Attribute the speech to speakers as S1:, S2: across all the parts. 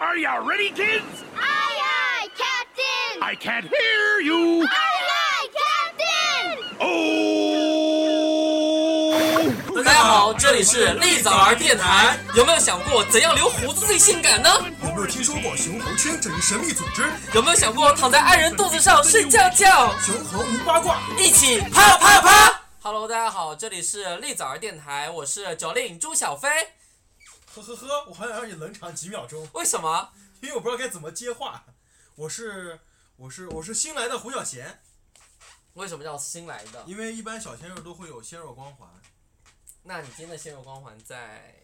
S1: Are you ready, kids?
S2: Aye, aye, Captain!
S1: I can't hear you.
S2: aye, Captain!
S1: Oh!
S3: 大家好，这里是立早儿电台。有没有想过怎样留胡子最性感呢？
S4: 有没有听说过熊猴圈这一神秘组织？
S3: 有没有想过躺在爱人肚子上睡觉觉？
S4: 熊猴无八卦，
S3: 一起啪啪啪！Hello，大家好，这里是立早儿电台，我是 Jolin 朱小飞。
S4: 呵呵呵，我好想让你冷场几秒钟，
S3: 为什么？
S4: 因为我不知道该怎么接话。我是我是我是新来的胡小贤，
S3: 为什么叫新来的？
S4: 因为一般小鲜肉都会有鲜肉光环，
S3: 那你今天的鲜肉光环在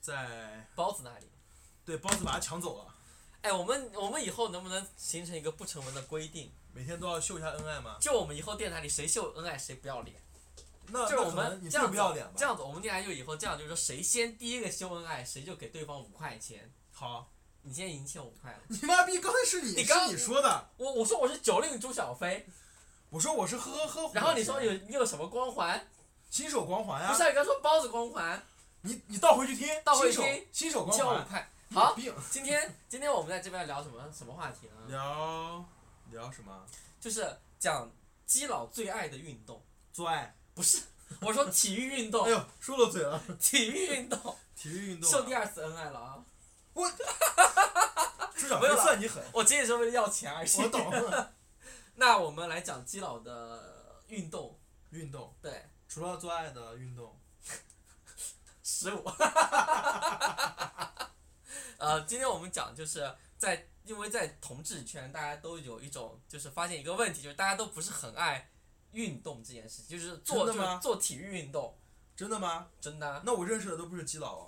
S4: 在
S3: 包子那里。
S4: 对包子把他抢走了，
S3: 哎，我们我们以后能不能形成一个不成文的规定？
S4: 每天都要秀一下恩爱吗？
S3: 就我们以后电台里谁秀恩爱谁不要脸，
S4: 那
S3: 就是
S4: 那
S3: 我
S4: 可能
S3: 们
S4: 你
S3: 这
S4: 最
S3: 样
S4: 不
S3: 子啊
S4: 要脸吧？
S3: 这样子我们电台就以后这样，就是说谁先第一个秀恩爱，谁就给对方五块钱。
S4: 好，
S3: 你今天已经欠我五块了。
S4: 你妈逼，刚才是你
S3: 你刚
S4: 是你说的，
S3: 我我说我是九令朱小 飞，
S4: 我说我是呵呵呵胡小贤，
S3: 然后你说有你有什么光环？
S4: 新手光环
S3: 不
S4: 啊
S3: 是，，你刚说包子光环，
S4: 你你倒回去听，
S3: 倒回去
S4: 新手
S3: 听
S4: 新手光
S3: 欠我五
S4: 环，
S3: 块。
S4: 你
S3: 好，
S4: 有病
S3: 今天今天我们在这边聊什么什么话题呢？
S4: 聊聊什么？
S3: 就是讲基佬最爱的运动，
S4: 做爱。
S3: 不是我说体育运
S4: 哎
S3: 动，
S4: 呦，说漏嘴了，
S3: 体育运 动
S4: 体育运动啊。
S3: 秀第二次恩爱了啊！
S4: 朱小
S3: 没有
S4: 飞
S3: 了
S4: 算你狠，
S3: 我仅仅是为了要钱而已。
S4: 我懂。
S3: 那我们来讲基佬的运动，
S4: 运动
S3: 对，
S4: 除了做爱的运动，
S3: 十五。 呃，今天我们讲就是在，因为在同志圈，大家都有一种就是发现一个问题，就是大家都不是很爱运动这件事情，就是做
S4: 真的
S3: 就
S4: 吗
S3: 是做体育运动，
S4: 真的吗？
S3: 真的啊、
S4: 那我认识的都不是基佬啊，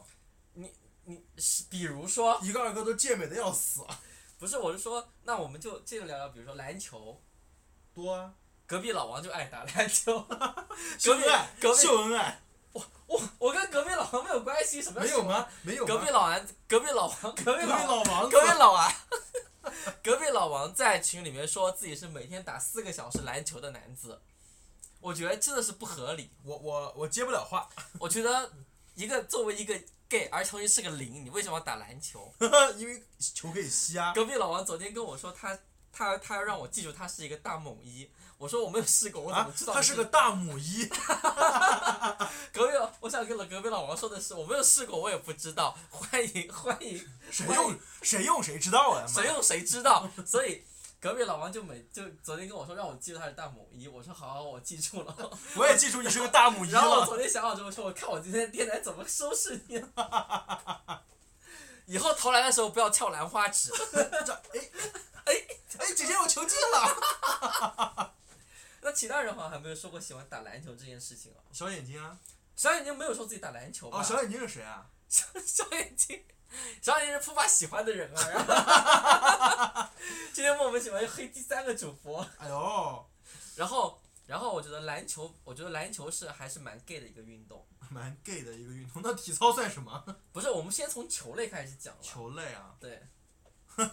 S3: 你是比如说，
S4: 一个二个都健美的要死，啊
S3: 不是，我是说，那我们就接着聊聊，比如说篮球，
S4: 多啊！
S3: 隔壁老王就爱打篮 球，
S4: 秀
S3: 隔壁
S4: 恩爱，
S3: 隔壁
S4: 秀恩爱，
S3: 我我跟隔壁老王没有关系，什么
S4: 没有？吗？没有吗
S3: 隔壁老王，隔壁老王，隔壁
S4: 隔壁
S3: 老王。
S4: 老王子
S3: 隔壁老王， 隔壁老王在群里面说自己是每天打四个小时篮球的男子，我觉得真的是不合理。
S4: 我我我接不了话，
S3: 我觉得一个作为一个 gay，而且同时是个零，你为什么要打篮球？
S4: 因为球可以吸啊。
S3: 隔壁老王昨天跟我说他他他要让我记住他是一个大猛一，我说我没有试过，我怎
S4: 啊
S3: 么知，道、
S4: 他是个大母一，
S3: 隔壁老，我想跟隔壁老王说的是，我没有试过，我也不知道。 欢迎欢迎，
S4: 谁用谁用谁知道啊？妈
S3: 谁用谁知道？ 所以隔壁老王就每就昨天跟我说让我记住他是大猛一，我说好好，我记住了。
S4: 我也记住你是个大母一
S3: 然后我
S4: 了。
S3: 昨天想好之后说，我看我今天电台怎么收拾你了。 以后投篮的时候不要翘兰花指。
S4: 这哎哎哎，姐姐我球进了，
S3: 那其他人好像还没有说过喜欢打篮球这件事情啊。
S4: 小眼睛啊，
S3: 小眼睛没有说自己打篮球吧？
S4: 哦，小眼睛是谁啊？
S3: 小 小眼睛，小眼睛是扑爸喜欢的人啊。然后 今天莫名其妙又黑第三个主播，
S4: 哎呦，
S3: 然后然后我觉得篮球，我觉得篮球是还是蛮 gay 的一个运动。
S4: 蛮 gay 的一个运动。那体操算什么？
S3: 不是，我们先从球类开始讲吧。
S4: 球类啊，
S3: 对，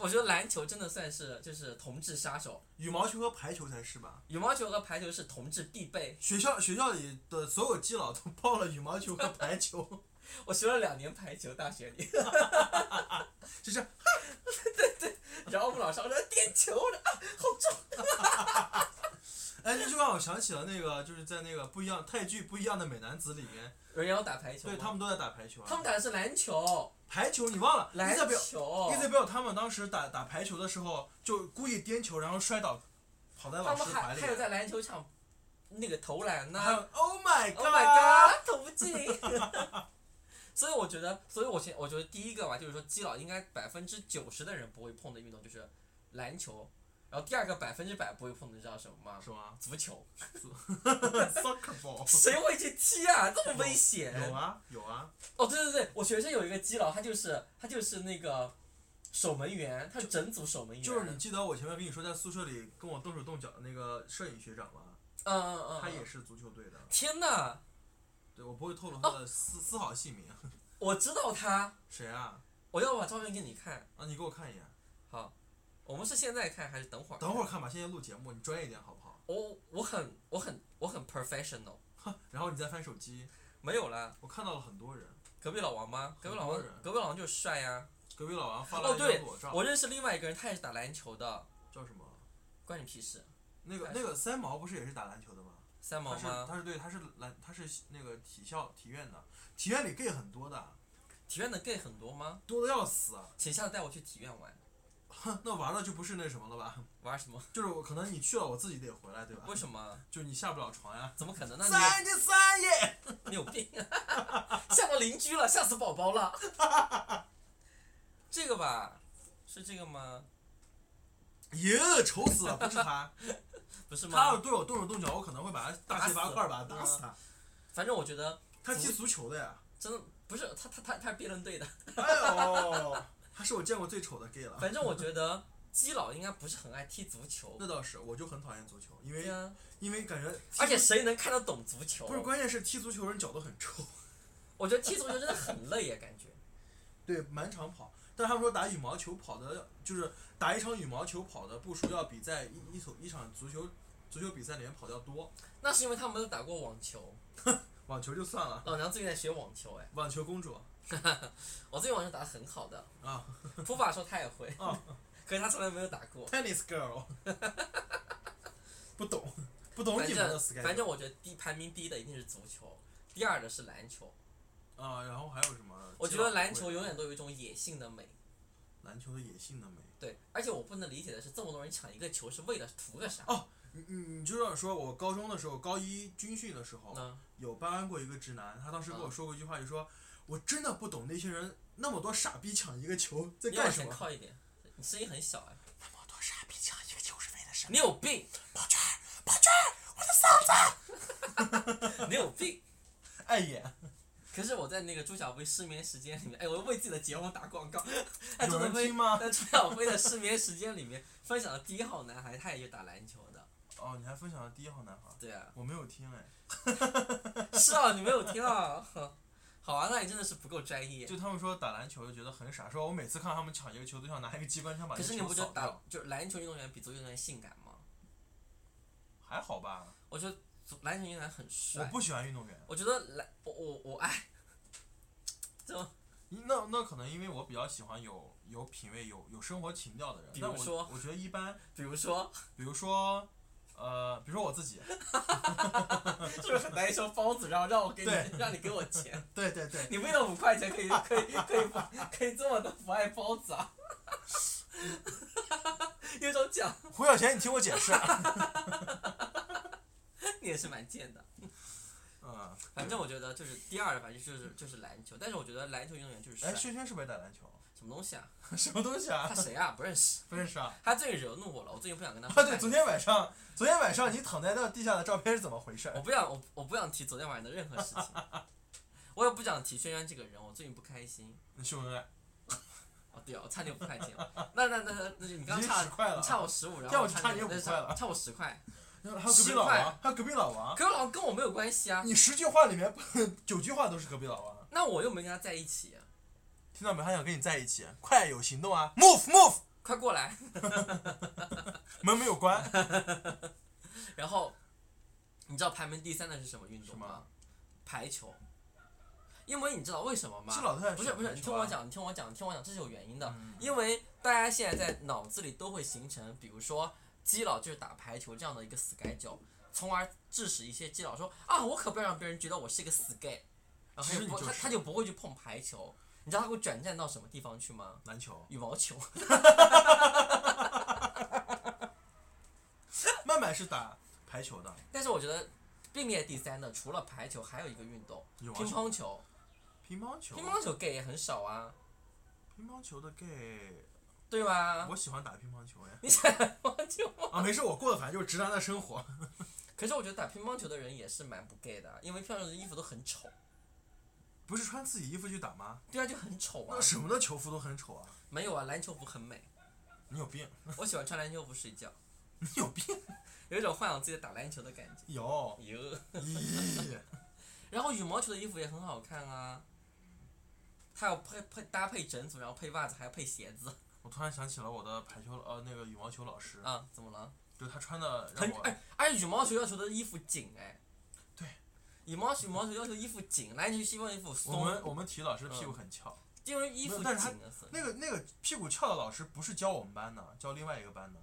S3: 我觉得篮球真的算是就是同志杀手。
S4: 羽毛球和排球才是吧？
S3: 羽毛球和排球是同志必备，
S4: 学校学校里的所有基佬都报了羽毛 球和排球，
S3: 我学了两年排球，大学里。
S4: 就这样
S3: 然后我们老师说点球，我说啊，好重。
S4: 哎，这就让我想起了那个，就是在那个不一样泰剧《不一样的美男子》里面，
S3: 有人要打排球吗
S4: 对他们都在打排球啊。
S3: 他们打的哦是篮球，
S4: 排球你忘了？伊
S3: 篮
S4: 泽贝尔，
S3: 球
S4: 伊。泽贝尔他们当时打打排球的时候，就故意颠球，然后摔倒，跑在
S3: 他
S4: 老
S3: 们
S4: 师怀
S3: 还
S4: 里啊
S3: 还。有在篮球场那个投篮啊
S4: 还有
S3: 呐、
S4: Oh my
S3: o h
S4: 啊
S3: my god，投不进。 所以我觉得，所以我先我觉得第一个吧，就是说基佬应该百分之九十的人不会碰的运动就是篮球，然后第二个百分之百不会碰的，你知道什么 吗？
S4: 是吗
S3: 足球，
S4: ？Soccer ball
S3: 谁会去踢啊？这么危险！
S4: 有啊有啊，
S3: 哦，对对对，我学生有一个基佬，他就是他就是那个守门员，他是整组守门员。
S4: 就是你记得我前面跟你说在宿舍里跟我动手动脚的那个摄影学长吗？
S3: 嗯嗯嗯，
S4: 他也
S3: 是。
S4: 是足球队的。
S3: 天哪，
S4: 对，我不会透露他
S3: 哦
S4: 的丝丝毫姓名。
S3: 我知道他，
S4: 谁啊？
S3: 我要把照片给你看。
S4: 啊，你给我看一眼。
S3: 好，我们是现在看还是等会儿？
S4: 等会儿看吧，现在录节目，你专业一点好不好？
S3: 我我很我很我很 professional，
S4: 然后你再翻手机，
S3: 没有啦，
S4: 我看到了很多人，
S3: 隔壁老王吗？隔壁老
S4: 很
S3: 王
S4: 多人，
S3: 隔壁老王就是帅呀、
S4: 隔壁老王发
S3: 哦
S4: 了一
S3: 对
S4: 张裸照，
S3: 我认识另外一个人，他也是打篮球的，
S4: 叫什么？
S3: 关你屁事。
S4: 那个
S3: 还是
S4: 那个三毛不是也是打篮球的吗？
S3: 哎三毛
S4: 他是
S3: 吗？
S4: 他是对他是篮他是那个体校体院的，体院里 gay 很多的，
S3: 体院的 gay 很多吗？
S4: 多的要死。
S3: 请下次带我去体院玩，
S4: 哼， 那完了就不是那什么了吧？
S3: 玩什么？
S4: 就是我可能你去了，我自己得回来，对吧？
S3: 为什么？
S4: 就你下不了床呀。
S3: 怎么可能呢？你
S4: 三天三夜，
S3: 你有病 啊！吓到邻居了，吓死宝宝了。 这个吧，是这个吗？
S4: 耶，愁死啊了，不是 他，
S3: 不是
S4: 他要
S3: 吗
S4: 是？对我动手动脚，我可能会把他大卸八块儿吧，
S3: 打
S4: 打
S3: 死
S4: 死他。
S3: 反正我觉得
S4: 他踢足球的呀，
S3: 真的不是他，他他他是辩论队 的。
S4: 哎呦，他是我见过最丑的 gay 了。
S3: 反正我觉得基佬应该不是很爱踢足球。
S4: 那倒是，我就很讨厌足球，因
S3: 对
S4: 为
S3: 呀，
S4: 因为感觉踢足，
S3: 而且谁能看得懂足球？
S4: 不是，关键是踢足球人脚都很臭，
S3: 我觉得踢足球真的很累呀，感觉。
S4: 对，满场跑。但他们说打羽毛球跑的，就是打一场羽毛球跑的步数要比在一一所一场足球足球比赛里面跑的要多。
S3: 那是因为他们都打过网球。
S4: 网球就算了，
S3: 老娘最近在学网球，哎，
S4: 网球公主
S3: 我最近网球打得很好的。
S4: 啊
S3: 普法说他也会，
S4: 啊
S3: 可是他从来没有打过。
S4: ，tennis girl，不懂不懂
S3: 反
S4: 你们的
S3: 正
S4: sky
S3: 反正我觉得第排名第一的一定是足球，第二的是篮球。
S4: 啊，然后还有什么？
S3: 我觉得篮球永远都有一种野性的美。
S4: 篮球的野性的美。
S3: 对，而且我不能理解的是，这么多人抢一个球是为了图个啥？
S4: 哦你你你就要说，我高中的时候，高一军训的时候，
S3: 嗯，
S4: 有班安过一个直男，他当时跟我说过一句话，就说我真的不懂那些人那么多傻逼抢一个球在
S3: 你往
S4: 干什
S3: 前
S4: 么。
S3: 靠一点，你声音很小哎，
S4: 那么多傻逼抢一个球是为了什么？
S3: 你有病，
S4: 宝娟儿，宝娟儿，我的嗓子。
S3: 你有病。
S4: 碍眼，
S3: 可是我在那个朱小辉失眠时间里面，哎，我为自己的节目打广告。 哎，朱
S4: 有
S3: 小
S4: 人
S3: 辉
S4: 听，吗？
S3: 在朱小辉的失眠时间里面分享的第一号男孩，他也就打篮球的。
S4: 哦，你还分享了第一号男孩，
S3: 对啊，
S4: 我没有听哎。
S3: 是啊，你没有听啊。 好啊，那你真的是不够专业。
S4: 就他们说打篮球就觉得很傻，说我每次看他们抢一个球都想拿一个机关枪把
S3: 可
S4: 那
S3: 是
S4: 个
S3: 你
S4: 球
S3: 不觉
S4: 扫
S3: 得打
S4: 掉，
S3: 就是篮球运动员比足球运动员性感吗？
S4: 还好吧？
S3: 我觉得足篮球运动员很帅。
S4: 我不喜欢运动员，
S3: 我觉得篮，我我我哎爱，这种
S4: 那那可能因为我比较喜欢有有品味、有有生活情调的人。
S3: 比如
S4: 但我
S3: 说
S4: 我觉得一般，
S3: 比如说，
S4: 比如说，呃，比如说我自己，
S3: 是不是很难说包子，然后让我给你
S4: 对，
S3: 让你给我钱？
S4: 对对对，
S3: 你为了五块钱可以可以可以不可以这么的不爱包子 啊？有种讲
S4: 胡小贤，你听我解释。啊
S3: 你也是蛮贱的。
S4: 嗯，
S3: 反正我觉得就是第二，反正就是就是篮球，但是我觉得篮球运动员就是帅
S4: 哎，。轩轩是不是也打篮球？
S3: 什么东西啊？
S4: 什么东西啊
S3: 他？谁啊？不认 识。
S4: 不认识啊？
S3: 他最近惹怒我了，我最近不想 跟他。
S4: 啊，对，昨天晚上，昨天晚上你躺在那地下的照片是怎么回事？
S3: 我不想我我不想提昨天晚上的任何事情，我也不想提轩轩这个人，我最近不开心。
S4: 秀恩爱，
S3: 哦对哦，我差点不看见。 那那那那那就你刚刚
S4: 已经
S3: 差
S4: 10块了
S3: 你差我十五，然
S4: 这
S3: 后我
S4: 样我就差
S3: 你
S4: 你5块了
S3: 差我十块。
S4: 还有隔壁
S3: 十
S4: 老
S3: 块
S4: 王，还有隔壁老王，
S3: 可是老跟我没有关系啊，
S4: 你十句话里面九句话都是隔壁老王，
S3: 那我又没跟他在一起，啊
S4: 听到没？他想跟你在一起，快有行动啊！Move move，
S3: 快过来。
S4: 门没有关，
S3: 然后你知道排名第三的是什么运动
S4: 什
S3: 吗
S4: 么？
S3: 排球。因为你知道为什么吗？
S4: 基佬特爱
S3: 不是
S4: 选
S3: 不是，
S4: 排
S3: 你
S4: 球
S3: 听
S4: 啊
S3: 我讲，你听我讲，你听我讲，这是有原因的。
S4: 嗯
S3: 因为大家现在在脑子里都会形成，比如说基佬就是打排球这样的一个死 gay 角，从而致使一些基佬说啊，我可不要让别人觉得我是一个死 gay，然后他
S4: 其实
S3: 就
S4: 你
S3: 不、
S4: 就
S3: 他
S4: 是
S3: 他就不会去碰排球。你知道他会转战到什么地方去吗？
S4: 篮球，
S3: 羽毛球。
S4: 曼曼是打排球的，
S3: 但是我觉得并列第三的，除了排球，还有一个运动，
S4: 羽
S3: 乒
S4: 毛球
S3: 乓球。
S4: 乒乓球，
S3: 乒乓球 gay 也很少啊，
S4: 乒乓球的 gay，
S3: 对吧？
S4: 我喜欢打乒乓球呀。
S3: 你想乒乓球吗？
S4: 啊，没事，我过的反正就是直男的生活。
S3: 可是我觉得打乒乓球的人也是蛮不 gay 的，因为乒乓球的衣服都很丑。
S4: 不是穿自己衣服去打吗？
S3: 对啊，就很丑啊
S4: 那。什么的球服都很丑啊！
S3: 没有啊，篮球服很美，
S4: 你有病，
S3: 我喜欢穿篮球服睡觉，
S4: 你 有病，
S3: 有一种幻想自己打篮球的感觉。
S4: 有。
S3: 哟，
S4: 咦，
S3: 然后羽毛球的衣服也很好看啊，它要配配搭配整组，然后配袜子，还要配鞋子
S4: 我突然想起了我的排球呃那个羽毛球老师，
S3: 啊，怎么了？
S4: 就是他穿的让
S3: 很
S4: 我
S3: 哎，而且羽毛球要求的衣服紧哎，
S4: 对，
S3: 羽毛球羽毛球要求衣服紧，篮球希望衣服
S4: 我们
S3: 松。
S4: 我们体育老师屁股很翘，
S3: 因为衣服
S4: 没
S3: 紧
S4: 有但是他
S3: 的很。
S4: 那个那个屁股翘的老师不是教我们班的，教另外一个班的。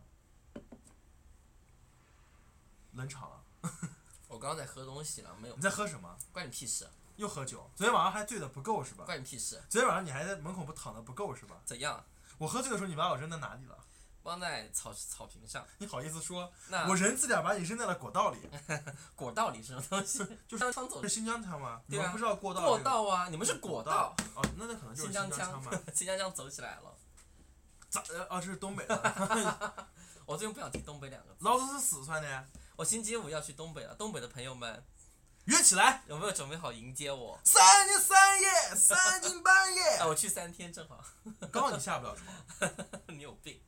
S4: 冷场了，
S3: 我刚刚在喝东西了，没有
S4: 你，在喝什么？
S3: 关你屁事，啊
S4: 又喝酒？昨天晚上还醉的不够是吧？
S3: 关你屁事，啊
S4: 昨天晚上你还在门口不躺的不够是吧？
S3: 怎样？
S4: 我喝醉的时候你把我扔在哪里了？
S3: 忘在草草坪上，
S4: 你好意思说？
S3: 那
S4: 我人字点把你扔在了果道里，
S3: 哎果道里什么东 西？
S4: 就是
S3: 枪走
S4: 是新疆腔吗？你
S3: 对
S4: 们
S3: 啊
S4: 不知道过道、这个、
S3: 过道啊，你们是果道，
S4: 哦，那那可能就是
S3: 新
S4: 疆
S3: 疆
S4: 腔
S3: 腔
S4: 吧？，
S3: 新疆腔走起来了。
S4: 咋？呃哦，这是东北的，
S3: 我最近不想提东北两个字，
S4: 老子是四川的，
S3: 我星期五要去东北了，东北的朋友们
S4: 约起来，
S3: 有没有准备好迎接我？
S4: 三天三夜，三更半夜。
S3: 哎，我去三天正好，
S4: 刚好你下不了床，
S3: 你有病。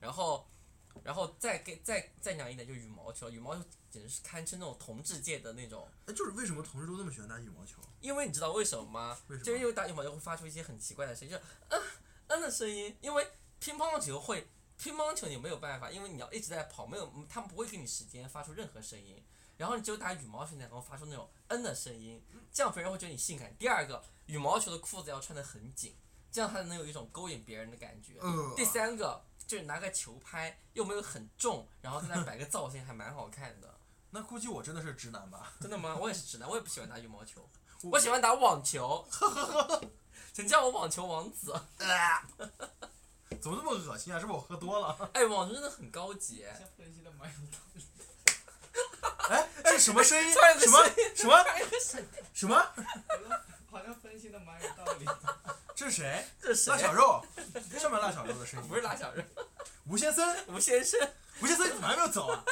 S3: 然后，然后再给再再讲一点，就羽毛球，羽毛球简直是堪称那种同志界的那种。
S4: 哎，就是为什么同事都这么喜欢打羽毛球？
S3: 因为你知道为什么吗？
S4: 为什么
S3: 就是因为打羽毛球会发出一些很奇怪的声音，就是嗯嗯的声音。因为乒乓球会，乒乓球你没有办法，因为你要一直在跑，没有他们不会给你时间发出任何声音。然后你只有打羽毛球，你才能发出那种嗯的声音，这样别人会觉得你性感。第二个，羽毛球的裤子要穿得很紧，这样才能有一种勾引别人的感觉。
S4: 呃
S3: 第三个就是拿个球拍，又没有很重，然后在那摆个造型，还蛮好看的。
S4: 那估计我真的是直男吧？
S3: 真的吗？我也是直男，我也不喜欢打羽毛球，
S4: 我
S3: 我喜欢打网 球。请叫我网球王子。啊
S4: 怎么那么恶心啊？是不是我喝多了？
S3: 哎，网球真的很高级。
S5: 这分析的蛮有道理。
S4: 哎哎，什么声音？
S3: 突然有个
S4: 什么
S3: 声音
S4: 什么
S3: 突然有个声音
S4: 什么？
S5: 好像分析的蛮有道理 的。
S4: 这是谁？
S3: 这是
S4: 辣
S3: 谁
S4: 小？肉，上面辣小肉的声音。
S3: 不是，辣小人，
S4: 吴先生，
S3: 吴先生，
S4: 吴先生你怎么还没有走啊？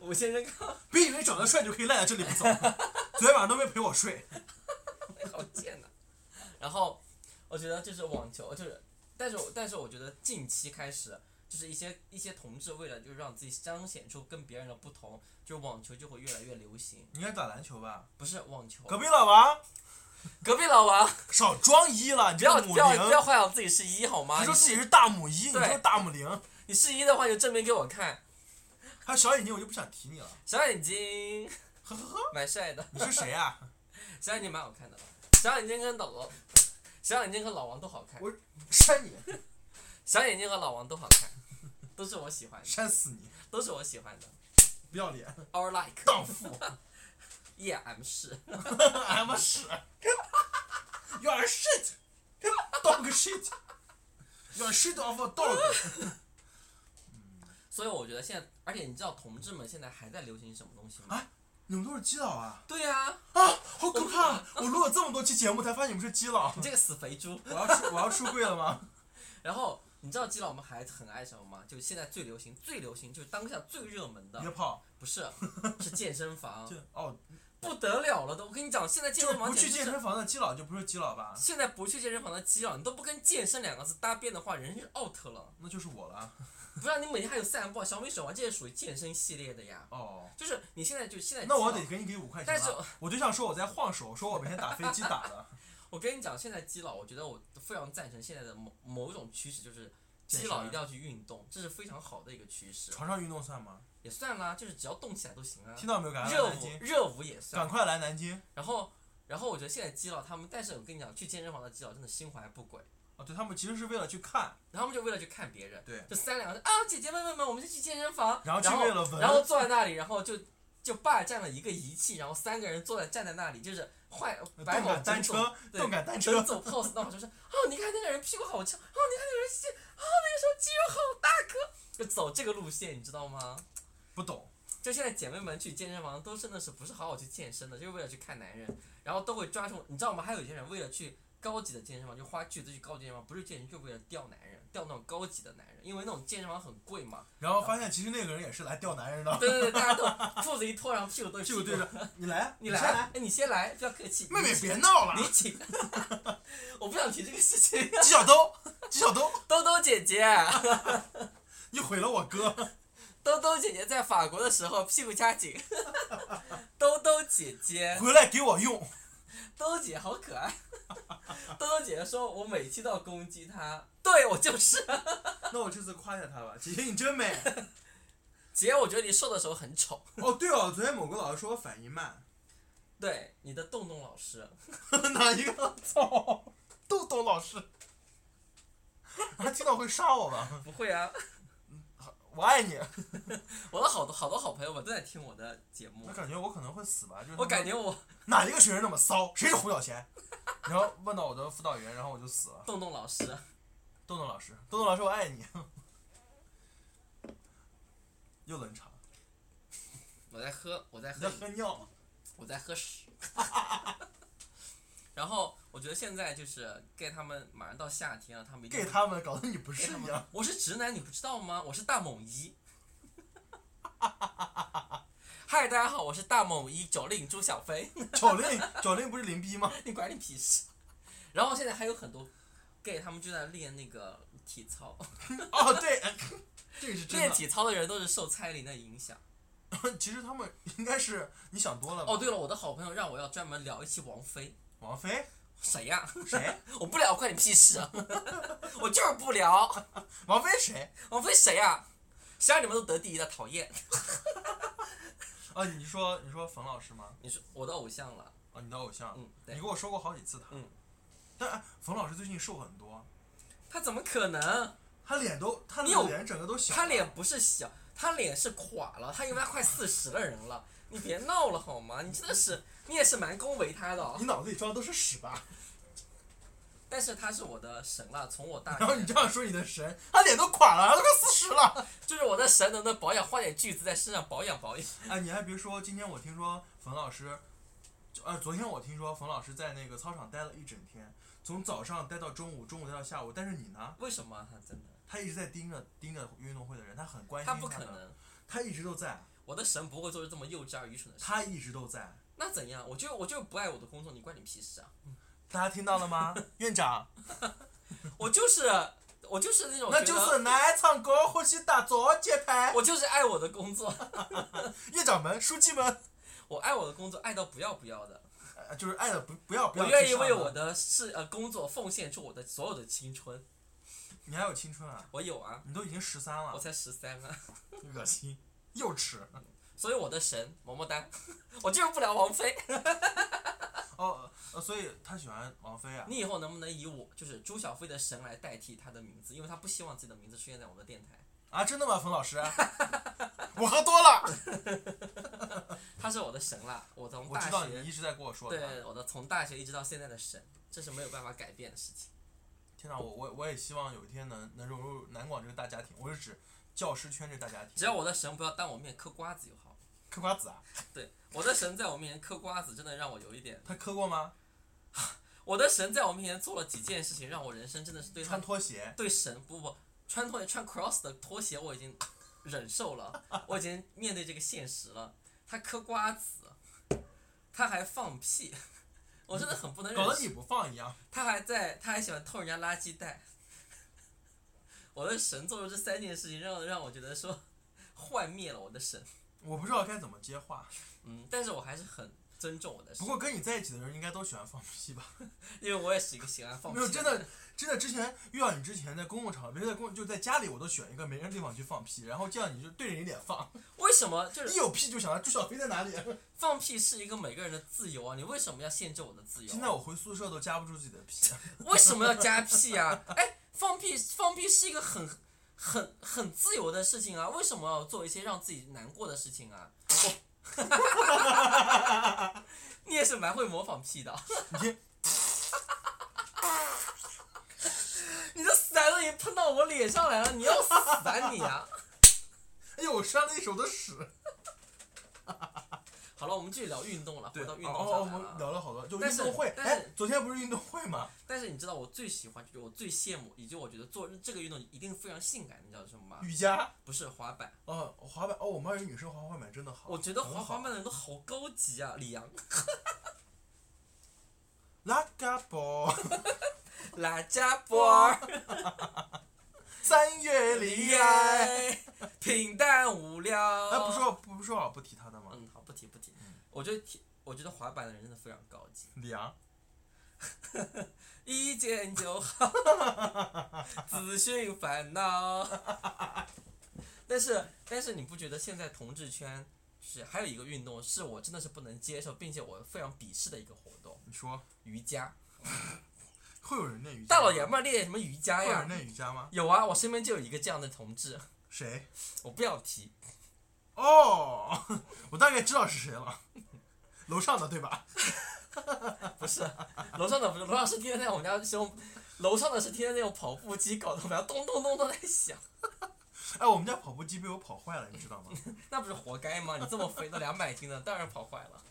S3: 吴先生刚
S4: 别以为长得帅就可以赖在这里不走，啊昨天晚上都没陪我睡。
S3: 才好贱呢、然后我觉得就是网球，就是，但是我但是我觉得近期开始，就是一些一些同志为了就是让自己彰显出跟别人的不同，就是网球就会越来越流行。
S4: 你应该打篮球吧？
S3: 不是网球，
S4: 隔壁老王，
S3: 隔壁老王，
S4: 少装一了，你
S3: 不
S4: 这
S3: 要
S4: 个母
S3: 不要不要
S4: 零，
S3: 幻想自己是一好吗？
S4: 你
S3: 你
S4: 说
S3: 是
S4: 自己是大母一，你
S3: 对
S4: 就是大母零，
S3: 你是一的话，就证明给我看。
S4: 还有小眼睛，我就不想提你了。
S3: 小眼睛
S4: 呵呵呵，
S3: 蛮帅的，
S4: 你是谁啊？
S3: 小眼睛蛮好看的。小眼睛跟老老，小眼睛和老王都好看
S4: 我。扇你，
S3: 小眼睛和老王都好看， 都是我喜欢的，
S4: 扇死你，
S3: 都是我喜欢的。
S4: 不要脸，
S3: Our like
S4: 荡妇
S3: yeah I'm 是
S4: ，I'm a shit，you are a shit，dog shit，you are shit of a dog。
S3: 所以我觉得现在，而且你知道同志们现在还在流行什么东西吗？
S4: 啊你们都是基佬啊？
S3: 对啊，
S4: 啊，好可怕！我录了这么多期节目，才发现你们是基佬
S3: 你。这个死肥猪。
S4: 我要出我要出柜了 吗？
S3: 然后你知道基佬我们还很爱什么吗？就是现在最流行、最流行，就是当下最热门
S4: 约
S3: 的，
S4: 炮，
S3: 不是是健身 房
S4: 就，哦，
S3: 不得了了都。我跟你讲，现在健
S4: 就
S3: 身
S4: 是
S3: 房
S4: 不去
S3: 简直
S4: 健
S3: 是
S4: 身房的基佬就不是基佬吧？
S3: 现在不去健身房的基佬，你都不跟健身两个字搭边的话，人是 out 了。
S4: 那就是我了。
S3: 不然你每天还有散步、小米手环，啊这也属于健身系列的呀。
S4: 哦，
S3: 就是你现在就现在，
S4: 那我得。给你给五块钱
S3: 但是
S4: 了。我就想说我在晃手，说我每天打飞机 打的。
S3: 我跟你讲，现在基佬，我觉得我非常赞成现在的某某种趋势，就是
S4: 健
S3: 基佬
S4: 身
S3: 一定要去运动，这是非常好的一个趋势。
S4: 床上运动算吗？
S3: 也算啦，就是只要动起来都行啊。
S4: 听到没有？赶快
S3: 热
S4: 来南
S3: 舞
S4: 京，
S3: 热舞也
S4: 赶
S3: 算。
S4: 快来南京。
S3: 然后，然后我觉得现在基佬他们，但是我跟你讲，去健身房的基佬真的心怀不轨，
S4: 哦，对他们其实是为了去看，
S3: 然后他们就为了去看别人，
S4: 对
S3: 就三两个人啊，姐姐妹妹们，我们就去健身房，
S4: 然后
S3: 然
S4: 去
S3: 后
S4: 为了闻
S3: 然后坐在那里，然后就就霸占了一个仪器，然后三个人坐在站在那里，就是换
S4: 呃动
S3: 摆好
S4: 感
S3: 整
S4: 单车，
S3: 对
S4: 动感单
S3: 走整
S4: 车。
S3: 走 pose，那我就是哦，你看那个人屁股好翘，哦，你看那个人肌，哦，那个时候肌肉好大颗， 就走这个路线，你知道吗？
S4: 不懂，
S3: 就现在姐妹们去健身房都真的是不是好好去健身的，就是为了去看男人，然后都会抓住，你知道吗？还有一些人为了去高级的健身房，就花巨资去高级健身房，不是健身就为了钓男人，钓那种高级的男人，因为那种健身房很贵嘛。
S4: 然后发现其实那个人也是来钓男 人的，
S3: 对对对，大家 都裤子一脱，然后屁股都是
S4: 屁股对着你来，
S3: 啊 你
S4: 来，来
S3: 来，哎，你先来，不要客气。
S4: 妹妹
S3: 你请
S4: 别闹了，
S3: 你请， 我不想提这个事情。
S4: 纪晓东，纪晓东，
S3: 兜兜姐姐，
S4: 你毁了我哥。
S3: 兜兜姐姐在法国的时候屁股夹紧， 兜兜姐姐，
S4: 回来给我用，
S3: 兜兜姐好可爱。兜兜姐姐说：“我每期都要攻击她，对我就是。
S4: 那我这次夸一下他吧，姐姐你真美。
S3: 姐，我觉得你瘦的时候很丑。
S4: 哦，对哦，昨天某个老师说我反应慢，
S3: 对，你的洞洞老师，
S4: 哪一个？操！豆豆老师， 他听到会杀我吧？
S3: 不会啊，
S4: 我爱你。
S3: 我的好多好多好朋友们都在听我的节目
S4: 我，感觉我可能会死吧，就是
S3: 我感
S4: 觉
S3: 觉我
S4: 哪一个学生那么骚？谁是胡小贤？ 然后问到我的辅导员，然后我就死了。
S3: 洞洞老师，
S4: 豆豆老师，豆豆老师，我爱你。 又冷场，
S3: 我在喝，我在
S4: 你在
S3: 喝，
S4: 喝尿？
S3: 我在喝屎。 然后我觉得现在就是 gay 他们马上到夏天了，他们一定
S4: 给
S3: 会
S4: 他们搞得你不是一样。
S3: 我是直男，你不知道吗？我是大猛一。嗨，大家好，我是大猛一九令朱小飞，
S4: 九令，九令不是林逼吗？
S3: 你管你屁事。然后现在还有很多 gay，他们就在练那个体操，
S4: 哦，对，这个是真
S3: 练
S4: 的。
S3: 体操的人都是受蔡依林的影响。
S4: 其实他们应该是你想多了吧。
S3: 哦，对了，我的好朋友让我要专门聊一期王菲，
S4: 王菲
S3: 谁呀、
S4: 谁？
S3: 我不聊，关你屁事啊！ 我就是不聊，
S4: 王菲谁？
S3: 王菲谁呀、谁让你们都得第一的，讨厌！
S4: 啊，你说你说冯老师吗？
S3: 你说我的偶像了，
S4: 啊，你的偶像，
S3: 嗯，
S4: 你
S3: 对
S4: 跟，我说过好几次他。
S3: 嗯。
S4: 但哎冯老师最近瘦很多，
S3: 他怎么可能？
S4: 他脸都他的
S3: 你有
S4: 脸整个都小了。
S3: 他脸不是小，他脸是垮了，他因为他快四十的人了，你别闹了好吗？你真的是，你也是蛮恭维他的、哦
S4: 你，脑子里装的都是屎吧？
S3: 但是他是我的神了，从我大
S4: 然后你
S3: 学
S4: 这样说你的神，他脸都垮了，他都快四十 了。
S3: 就是我的神能不能保养，花点句子在身上保养保养。
S4: 哎，你还别说，今天我听说冯老师，就呃，昨天我听说冯老师在那个操场待了一整天，从早上待到中午，中午待到下午。但是你呢？
S3: 为什么啊他真的？
S4: 他一直在盯着盯着运动会的人，他很关心
S3: 他不可
S4: 们，
S3: 能，
S4: 他一直都在，
S3: 我的神不会做出这么幼稚而愚蠢的事。
S4: 他一直都在。
S3: 那怎样？我就我就不爱我的工作，你关你屁事啊！
S4: 大家听到 了吗，院长？
S3: 我就是我就是那种
S4: 那
S3: 觉
S4: 就
S3: 得
S4: 是来唱歌，或是打左节拍。
S3: 我就是爱我的工作，
S4: 院长们、书记们，
S3: 我爱我的工作，爱到不要不要的。
S4: 呃就是爱的不不要不要。
S3: 我愿意为我，的事呃工作奉献出我的所有的青春。
S4: 你还有青春啊！
S3: 我有啊，
S4: 你都已经十三
S3: 我
S4: 了，
S3: 才十三啊，
S4: 恶心，幼稚。
S3: 所以我的神么么哒， 我就是不聊王 菲。
S4: 哦，呃，所以他喜欢王菲啊。
S3: 你以后能不能以我就是朱小飞的神来代替她的名字？因为她不希望自己的名字出现在我们的电台。
S4: 啊，真的吗，冯 老师？我喝多了。
S3: 她是我的神啦，我从
S4: 我
S3: 大
S4: 知道你
S3: 学
S4: 一直在跟我说啊他。
S3: 对我的从大学一直到现在的神，这是没有办法改变的事情。
S4: 天哪，我我我也希望有一天能能融入南广这个大家庭，我是指教师圈这个大家庭。
S3: 只要我的神不要当我面嗑瓜子就好。
S4: 嗑瓜子啊，
S3: 对，我的神在我面前嗑瓜子，真的让我有一点。
S4: 他嗑过吗？
S3: 我的神在我面前做了几件事情，让我人生真的是对他
S4: 穿拖鞋。
S3: 对神不不穿拖鞋穿 cross 的拖鞋我已经忍受了，我已经面对这个现实了。他嗑瓜子，他还放屁，我真的很不能忍
S4: 搞得你
S3: 受。
S4: 不放一样，
S3: 他还在，他还喜欢偷人家垃圾袋。我的神做了这三件事情让，让我觉得说 幻灭了我的神。
S4: 我不知道该怎么接话。
S3: 嗯，但是我还是很尊重我的
S4: 不
S3: 神，
S4: 过跟你在一起的人应该都喜欢放屁吧？
S3: 因为我也是一个喜欢放屁啊
S4: 没
S3: 人。
S4: 有，真的，真的，之前遇到你之前，在公共场合，比如在公，就在家里，我都选一个没人的地方去放屁，然后这样你就对着你脸放，
S3: 为什么就
S4: 一
S3: 是
S4: 有屁就想到朱小飞在哪里。
S3: 放屁是一个每个人的自由啊？你为什么要限制我的自由啊？
S4: 现在我回宿舍都夹不住自己的 屁。
S3: 为什么要加屁啊？ 哎，放屁放屁是一个很很很自由的事情啊，为什么要做一些让自己难过的事情啊？ 我你也是蛮会模仿屁 的，
S4: 你
S3: 你的死都已经喷到我脸上来了，你要死吧你啊！
S4: 哎呦，我扇了一手的屎。
S3: 好了，我们继续聊运动了，回到运动
S4: 哦，我
S3: 上来
S4: 们
S3: 了。
S4: 聊了好多，就
S3: 但
S4: 运
S3: 是
S4: 动会。
S3: 但
S4: 哎
S3: 是，
S4: 昨天不是运动会 吗？
S3: 但是你知道我最喜欢，就是我最羡慕，以及我觉得做这个运动一定非常性感，你知道是什么吗？
S4: 瑜伽。
S3: 不是滑板，
S4: 哦，滑板。哦，我们班有女生滑滑板真的好。
S3: 我觉得
S4: 很
S3: 滑滑
S4: 好。
S3: 板的人都好高级啊，李 阳。
S4: 拉嘎波，
S3: 拉加波尔
S4: 三月里
S3: 里
S4: 爱。
S3: 爱， 平淡无聊。
S4: 哎，不，说不说好不提他的吗？
S3: 嗯，好，不提不提。我觉得提，我觉得滑板的人真的非常高级，
S4: 李阳。
S3: 一见就好， 资讯烦恼。但是，但是你不觉得现在同志圈是还有一个运动是我真的是不能接受，并且我非常鄙视的一个活动
S4: 你说
S3: ——瑜伽。
S4: 会有人练瑜伽吗？
S3: 大老爷们儿练什么瑜伽
S4: 会有
S3: 呀
S4: 人？练瑜伽吗？
S3: 有啊，我身边就有一个这样的同志，
S4: 谁？
S3: 我不要提。
S4: 哦， 我大概知道是谁了， 楼上的对吧？
S3: 不是，楼上的不是，楼上是天天在我们家使用，楼上的是天天在用跑步机搞得我们家咚咚咚咚在响，
S4: 哎，我们家跑步机被我跑坏了，你知道吗？
S3: 那不是活该吗？你这么肥都两百斤了，当然跑坏了。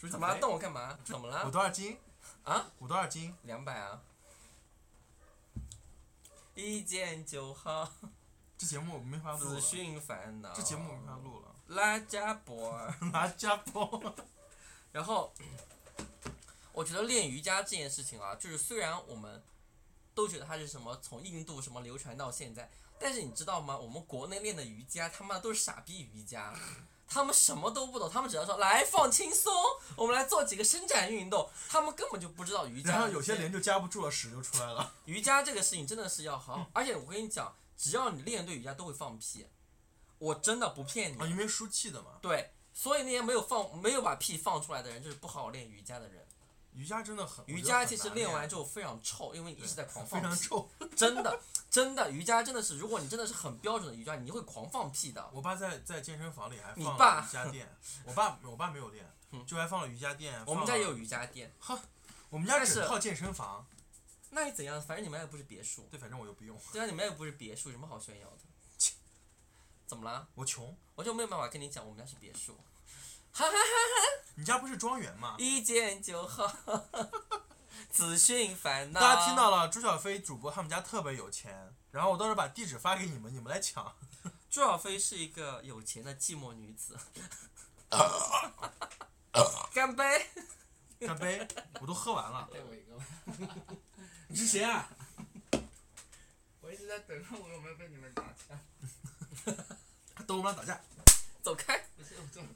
S4: 就是
S3: 怎么了？
S4: 哎
S3: 动我干嘛？怎么
S4: 我
S3: 了？
S4: 多少斤？
S3: 啊？
S4: 我多少斤？
S3: 两百啊，一见就好，
S4: 这节目我没法录
S3: 资
S4: 了，
S3: 讯烦恼。
S4: 这节目我没法录了，
S3: 拉加博尔。
S4: 拿家包。
S3: 然后，我觉得练瑜伽这件事情啊，就是虽然我们都觉得它是什么从印度什么流传到现在，但是你知道吗？我们国内练的瑜伽他妈的都是傻逼瑜伽，他们什么都不懂，他们只要说来放轻松，我们来做几个伸展运动，他们根本就不知道瑜伽。
S4: 然后有些连就夹不住了，屎就出来了。
S3: 瑜伽这个事情真的是要好好，而且我跟你讲，只要你练对瑜伽都会放屁，我真的不骗你
S4: 啊，。因为输气的嘛。
S3: 对，所以那些没有放没有把屁放出来的人，就是不好好练瑜伽的人。
S4: 瑜伽真的很，
S3: 瑜伽其实
S4: 我觉得很难练
S3: 练完之后非常臭，因为你一直在狂
S4: 非
S3: 放
S4: 常
S3: 屁，
S4: 臭。
S3: 真的真的瑜伽真的是，如果你真的是很标准的瑜伽，你会狂放屁的。
S4: 我爸在在健身房里还
S3: 你
S4: 放
S3: 爸
S4: 了瑜伽垫，我爸我爸没有练，
S3: 嗯
S4: 就还放了瑜伽垫。
S3: 我们
S4: 放啊
S3: 家
S4: 了
S3: 也有，瑜伽垫，
S4: 我们家
S3: 但是
S4: 整套健身房。
S3: 那又怎样？反正你们家又不是别墅，
S4: 对，反正我又不用，
S3: 对啊，你们家又不是别墅，有什么好炫耀的？怎么啦？
S4: 我穷。
S3: 我就没有办法跟你讲，我们家是别墅。哈哈，
S4: 你家不是庄园吗？
S3: 一见就好， 资讯烦恼。
S4: 大家听到了，朱小飞主播他们家特别有钱，然后我到时候把地址发给你们，你们来抢。
S3: 朱小飞是一个有钱的寂寞女 子。干杯！
S4: 干杯！我都喝完 了。
S5: 给我一个吧。
S6: 你是谁啊？
S5: 我一直在等着我有没有跟你们打架，
S4: 等我们俩打架，
S3: 走开。
S5: 不是我这种。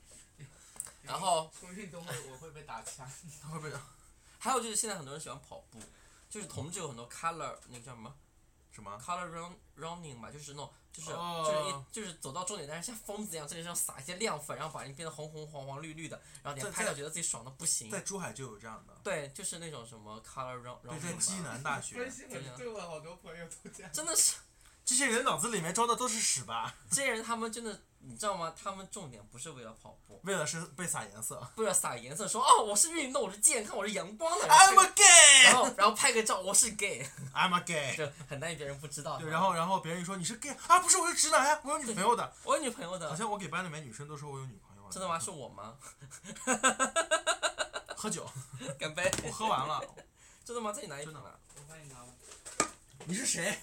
S3: 然后
S5: 出运动会我会被打枪，
S4: 他会不会
S3: 还有就是现在很多人喜欢跑步，就是同志有很多 color 那个叫什么
S4: 什么？
S3: color run running 嘛，就是那种就是、
S4: 哦
S3: 就是一就是走到终点，但是像疯子一样在脸上撒一些亮粉，然后把人变得红红黄黄绿绿的，然后脸
S4: 在
S3: 拍到
S4: 在
S3: 觉得自己爽的不行
S4: 在。珠海就有这样的，
S3: 对，就是那种什么 color run
S4: 对，在
S3: running
S4: 暨
S3: 嘛，
S4: 南大
S5: 分
S4: 学，啊
S5: 析我对我好多朋友都这样。
S3: 真的是
S4: 这些人脑子里面装的都是屎吧？
S3: 这些人他们真的。你知道吗？他们重点不是为了跑步，
S4: 为了是被撒颜色。
S3: 为了撒颜色说，哦，我是运动，我是健康，我是阳光的。 然后
S4: I'm a
S3: 然
S4: gay，I'm
S3: 后然后拍个照，我是 gay，
S4: a gay。
S3: 这很难别人不知道。
S4: 对，然后然后别人一说你是 gay 啊，不是，我是直男呀，我有女朋友的。
S3: 我有女朋友
S4: 好
S3: 的，
S4: 像我给班里面女生都说我有女朋友了。
S3: 嗯真的吗？是我吗？
S4: 喝酒，
S3: 干杯！
S4: 我喝完 了。
S3: 真的吗？自己拿一瓶
S4: 真的
S3: 啊！
S5: 我帮你拿吧。
S4: 你是谁？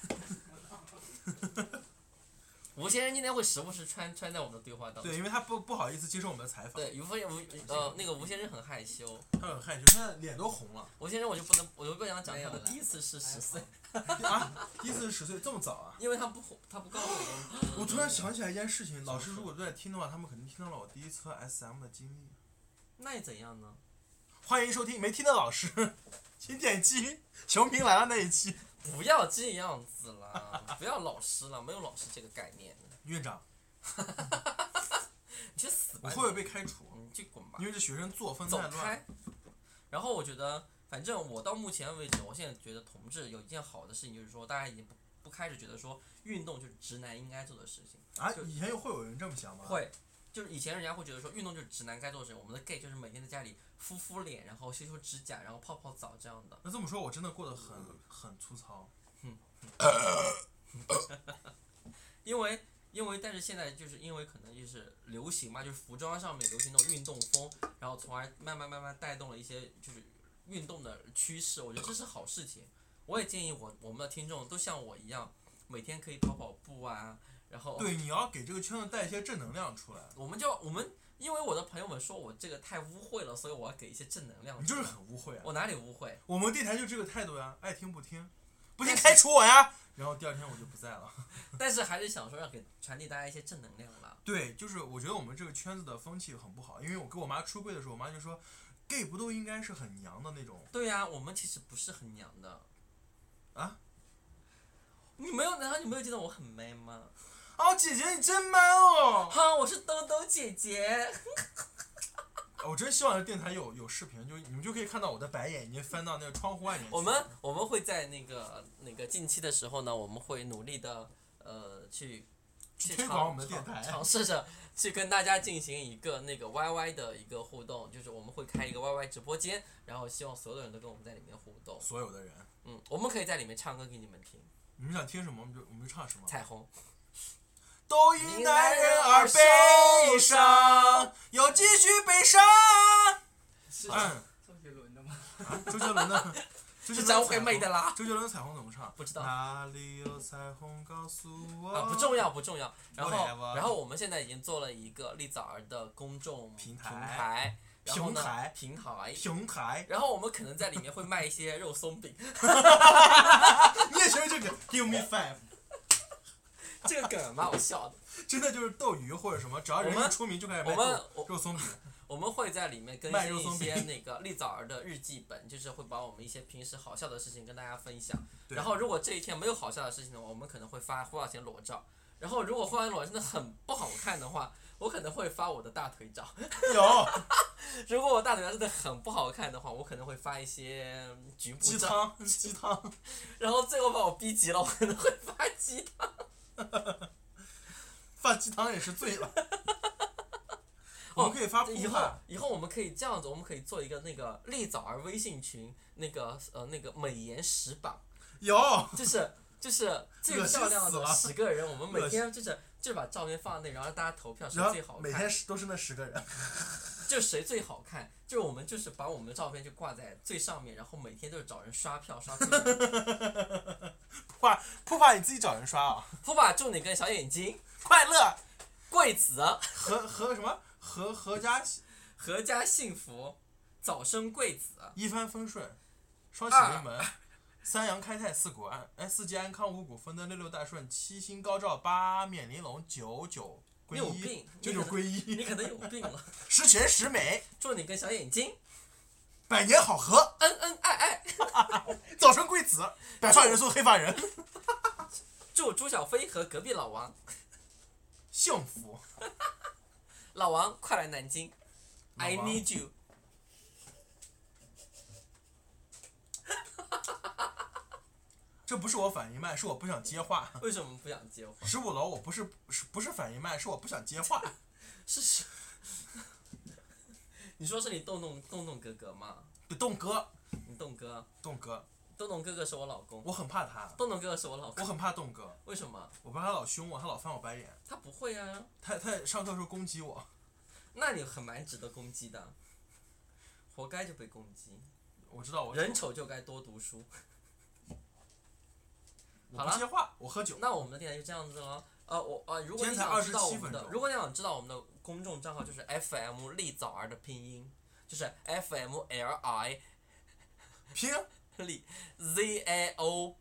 S3: 吴先生今天会时不时穿穿在我们的对话当中。
S4: 对，因为他不不好意思接受我们的采访，
S3: 对，吴先吴呃那个吴先生很害羞，
S4: 他很害羞，他的脸都红了。
S3: 吴先生我就不能我就不想讲
S5: 没
S3: 他
S5: 有
S3: 的
S5: 了
S3: 第一次是十岁，
S4: 啊，第一次是十岁这么早啊！
S3: 因为他不他不告诉我。
S4: 我突然想起来一件事情，老师如果都在听的话，他们肯定听到了我第一次和 SM 的经历。
S3: 那又怎样呢？
S4: 欢迎收听，没听的老师，请点击 熊平来了那一期。
S3: 不要这样子啦，不要老师了，没有老师这个概念，
S4: 院长，
S3: 你去死
S4: 我
S3: 吧
S4: 会！不会被开除？
S3: 你去滚吧
S4: 因，为这学生作风
S3: 走
S4: 太乱。
S3: 开。然后我觉得，反正我到目前为止，我现在觉得同志有一件好的事情，就是说大家已经不不开始觉得说运动就是直男应该做的事情。
S4: 啊，以前又会有人这么想吗？。
S3: 会，就是以前人家会觉得说运动就是直男该做的事，情，我们的 gay 就是每天在家里敷敷脸，然后修修指甲，然后泡泡澡这样的。
S4: 那这么说，我真的过得很
S3: 嗯
S4: 很粗糙。
S3: 因为因为但是现在就是因为可能就是流行嘛，就是服装上面流行那种运动风，然后从而慢慢慢慢带动了一些就是运动的趋势，我觉得这是好事情。我也建议我我们的听众都像我一样，每天可以跑跑步啊，然后
S4: 对，你要给这个圈子带一些正能量出来。
S3: 我们就我们。因为我的朋友们说我这个太污秽了，所以我要给一些正能量。
S4: 你就是很污秽啊！
S3: 我哪里污秽？
S4: 我们电台就这个态度呀，爱听不听，不听
S3: 但是
S4: 开除我呀。然后第二天我就不在了。
S3: 但是还是想说要给传递大家一些正能量啦。
S4: 对，就是我觉得我们这个圈子的风气很不好，因为我跟我妈出柜的时候，我妈就说，gay 不都应该是很娘的那种？
S3: 对呀、我们其实不是很娘的
S4: 啊。
S3: 你没有？难道你没有觉得我很 man 吗？
S4: 哦，姐姐你真 man 哦！
S3: 哈，我是兜兜姐姐。
S4: 我真希望这电台有有视频，就你们就可以看到我的白眼已经翻到那个窗户外面去 了。
S3: 我们我们会在那个那个近期的时候呢，我们会努力的呃去去
S4: 推
S3: 尝
S4: 广我们的电台
S3: 尝尝试着去跟大家进行一个那个 YY 的一个互动，就是我们会开一个 YY 直播间，然后希望所有的人都跟我们在里面互动。
S4: 所有的人，
S3: 嗯，我们可以在里面唱歌给你们听，
S4: 你们想听什么，我们就我们就唱什么。
S3: 彩虹。
S4: 都因男人而悲伤，要继续悲伤。
S5: 是
S4: 嗯，
S5: 周杰伦的吗？
S4: 周杰伦 的，周
S3: 是
S4: 杰伦
S3: 张
S4: 的
S3: 惠妹的啦。
S4: 周杰伦的彩虹怎么唱？
S3: 不知道
S4: 哪里有彩虹？告诉我。
S3: 啊，不重要，不重要。然后
S4: Whatever，
S3: 然后我们现在已经做了一个栗枣儿的公众
S4: 平台
S3: 台，平台，然后呢
S4: 平台
S3: 平台，
S4: 平台，
S3: 然后我们可能在里面会卖一些肉松饼，
S4: 你也学这个？Give me five，
S3: 这个梗蛮好笑的。
S4: 真的就是斗鱼或者什么，只要人
S3: 我
S4: 一
S3: 们
S4: 出名就开始卖
S3: 我们
S4: 肉
S3: 我
S4: 肉 松饼。
S3: 我们会在里面更
S4: 卖
S3: 新
S4: 肉松
S3: 一些
S4: 饼
S3: 那个栗枣儿的日记本，就是会把我们一些平时好笑的事情跟大家分享。
S4: 对
S3: 然后如果这一天没有好笑的事情的话，我们可能会发胡小贤裸照。然后如果胡小贤裸照真的很不好看的话，我可能会发我的大腿照。
S4: 有
S3: 如果我大腿照真的很不好看的话，我可能会发一些局部
S4: 鸡
S3: 照。
S4: 汤，鸡汤。
S3: 然后最后把我逼急了，我可能会发鸡汤。
S4: 发鸡汤也是醉了。我
S3: 哦
S4: 们可以发
S3: 以
S4: 布
S3: 后
S4: 画，
S3: 以后我们可以这样子，我们可以做一个那个栗枣儿微信群，那个呃那个美颜十 榜，
S4: 有
S3: 就是就是最
S4: 恶心
S3: 漂亮
S4: 死
S3: 的
S4: 了
S3: 十个人，我们
S4: 恶
S3: 每
S4: 心
S3: 天就是就把照片放在那里，然后让大家投票谁
S4: 然
S3: 最
S4: 后
S3: 好
S4: 每
S3: 看
S4: 天，是都是那十个人，
S3: 就谁最好看，就是我们就是把我们的照片就挂在最上面，然后每天都是找人刷票刷票。
S4: 画不画你自己找人刷啊！
S3: 普把祝你跟小眼 睛
S4: 快乐
S3: 贵子啊
S4: 和和什么和和家
S3: 阖家幸福，早生贵子。啊
S4: 一帆风顺，双喜临门，三阳开泰四谷安，哎四季安康五谷丰登六六大顺七星高照八面玲珑九九
S3: 你
S4: 归
S3: 有
S4: 一
S3: 病，
S4: 九九归
S3: 你
S4: 一
S3: 可能有病了。
S4: 十全十美
S3: 祝你跟小眼睛
S4: 百年好合
S3: 恩恩爱爱，
S4: 早生贵子白发人送黑发人
S3: 祝朱小飞和隔壁老王，
S4: 幸福
S3: 老王快来南京，I
S4: 老王
S3: need you。
S4: 这不是我反应慢，是我不想接话。
S3: 为什么不想接话？
S4: 十五楼，我不是是不是反应慢，是我不想接话。
S3: 是是， 你说是你洞洞洞洞哥哥吗？
S4: 栋哥，
S3: 你洞哥，
S4: 栋哥，
S3: 洞洞哥哥是我老公，
S4: 我很怕他，
S3: 洞洞哥哥是我老
S4: 我
S3: 公，
S4: 很怕栋哥，
S3: 为什么？
S4: 我怕他老凶我，他老翻我白眼，
S3: 他不会啊，
S4: 他他上课的时候攻击我，
S3: 那你很蛮值得攻击的，活该就被攻击。
S4: 我知道我
S3: 人丑就该多读书。
S4: 我
S3: 好
S4: 不
S3: 了
S4: 接，话，我喝酒。
S3: 那我们的电台就这样子了。呃，我呃，如果
S4: 今
S3: 你
S4: 天才
S3: 想知道我
S4: 27
S3: 们
S4: 分
S3: 的，
S4: 钟
S3: 如果你想知道我们的公众账号就是 FM 栗枣儿的拼音，就是 FM L I
S4: 拼
S3: 栗 Z A O